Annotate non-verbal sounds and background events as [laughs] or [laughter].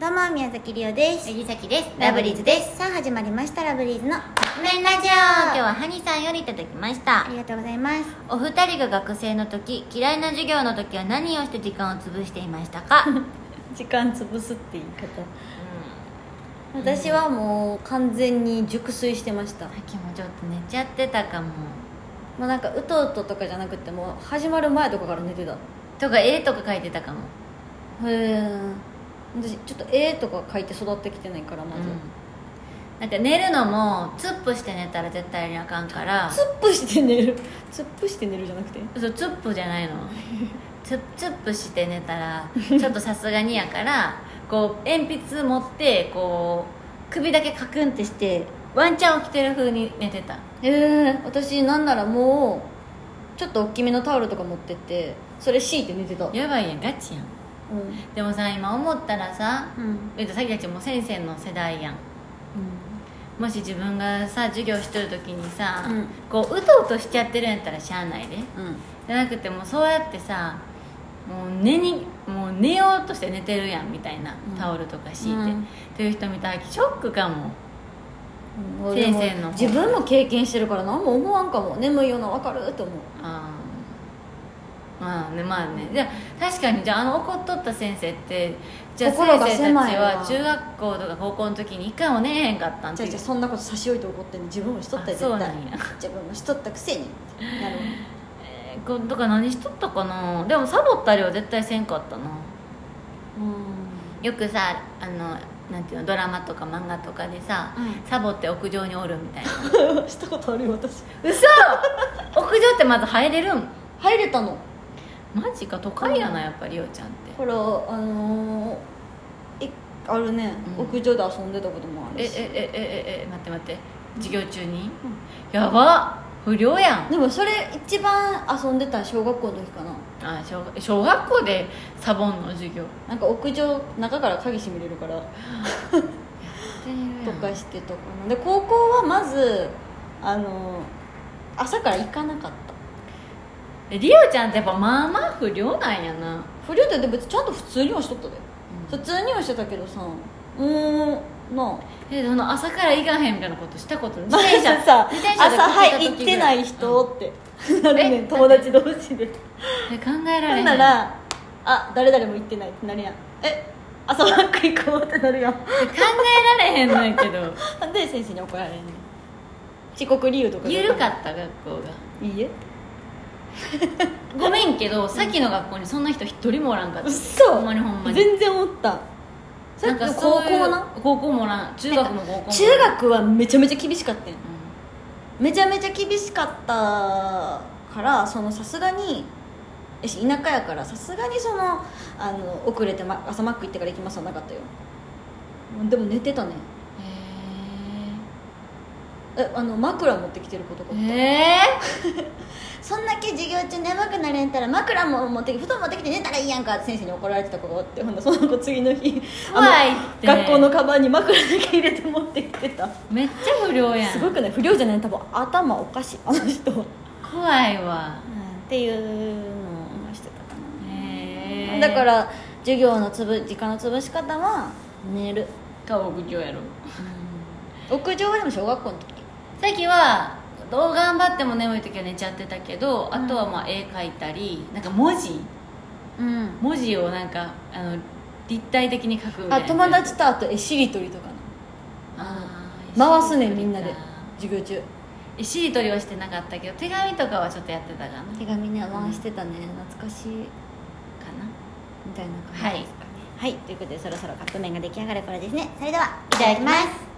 どうも宮崎りおです杉崎ですラブリーズですさあ始まりましたラブリーズのあメンラジオ今日はハニさんよりいただきましたりがとうございますお二人が学生の時嫌いな授業の時は何をして時間を潰していました [laughs] か、うん時間潰すって言い方私はもう完全に熟睡してましたさっきもちょっと寝ちゃってたかももうなんかうとうととかじゃなくてもう始まる前とかから寝てたへとか絵とか描いてたかも、え私ちょっと絵とか書いて育ってきてないからまず、なんか寝るのも突っ伏して寝たら絶対にあかんから突っ伏して寝る突っ伏して寝るじゃなくてそうツップじゃ [laughs] ないのツッツップして寝たらちょっとさすがにやからこう鉛筆持ってこう首だけカクンってしてワンチャン起きてる風に寝てたへえ私なんならもうちょっと大きめのタオルとか持ってってそれ敷いて寝てたうんやばいやんガチやんでもさ今思ったらさうんえっとさきたちも先生の世代やんもし自分がさ授業しとる時にさ、うんこううとうとしちゃってるんやったらしゃあないでうんじゃなくてもうそうやってさもう寝にもう寝ようとして寝てるやんみたいな、うんタオルとか敷いて、うんっていう人見たらショックかもうん先生のでも自分も経験してるから何も思わんかも眠いよな分かるって思うあーまあねまあねじゃあ確かにじゃああの怒っとった先生ってじゃあ先心生がたち狭いわは中学校とか高校の時に一回も寝えへんかったんじてゃあじいうゃあそんなこと差し置いて怒ってんの自分もしとったよあそう絶な対んや自分もしとったくせになるほえーこうとか何しとったかなでもサボったりは絶対せんかったなどうんよくさあのなんていうのドラマとか漫画とかでさ、うサボって屋上におるみたい [laughs] なしたことあるよ私嘘 [laughs] 屋上ってまず入れるん入れたのマジか都会やなやっぱりりおちゃんってほらあのー、いあるね、うん屋上で遊んでたこともあえるえしええええ待って待って授業中に、やば不良やんでもそれ一番遊んでた小学校の時かなあ小学小学校でサボンの授業なんか屋上中から鍵閉めれるからととかかしてたかなで高校はまずあのー朝から行かなかったえりおちゃんってやっぱまあまあ不良なんやな不良ってでも別にちゃんと普通にはしとったで、う普ん通にはしてたけどさもうなあえその朝から行かへんみたいなことした [laughs] こと自転車さ自転車で朝はいこ行けた時っぐてらないい人って、なるえねん友達同士でえ考えられほへんんならあ誰々も行ってないってなるやんえ朝マック行こうってなる [laughs] やん考えられへんのやけ [laughs] どで先生に怒られんねん遅刻理由とか緩かった学校がいいえごめんけどさっきの学校にそんな人一人もおらんかったうっそほんまにほんまに全然思ったそれなんかでもそう高いう校な高校もおらん中学も高校もおらん中学はめちゃめちゃ厳しかったんうんめちゃめちゃ厳しかったからそのさすがにえし田舎やからさすがにそのあの遅れて、ま、朝マック行ってから行きますはなかったよでも寝てたねえあの枕持ってきてることかえー、えそんだけ授業中眠くなれんたら枕も持ってき布団持ってきて寝たらいいやんかって先生に怒られてたことがあってほんなその子次の日怖いっあての学校のカバンに枕だけ入れて持ってきてたー、めっちゃ不良やんすごくない不良じゃない多分頭おかしいあの人は、怖いわっていうのをしてたかなへーだから授業のつぶ時間の潰し方は寝るか屋上やろ屋上はでも小学校の時さっきはどう頑張っても眠い時は寝ちゃってたけどあとはまあ絵描いたりなんか文字うん文字をなんかあの立体的に書くみたあいな友達とあとえしりとりとかあーな回すねんみんなでしりと授りか業中えしりとりはしてなかったけど手紙とかはちょっとやってたかなか手紙ね回してたね懐かしいみたいな感じなはいはいということでそろそろカップ麺が出来上がる頃ですねそれではいただきます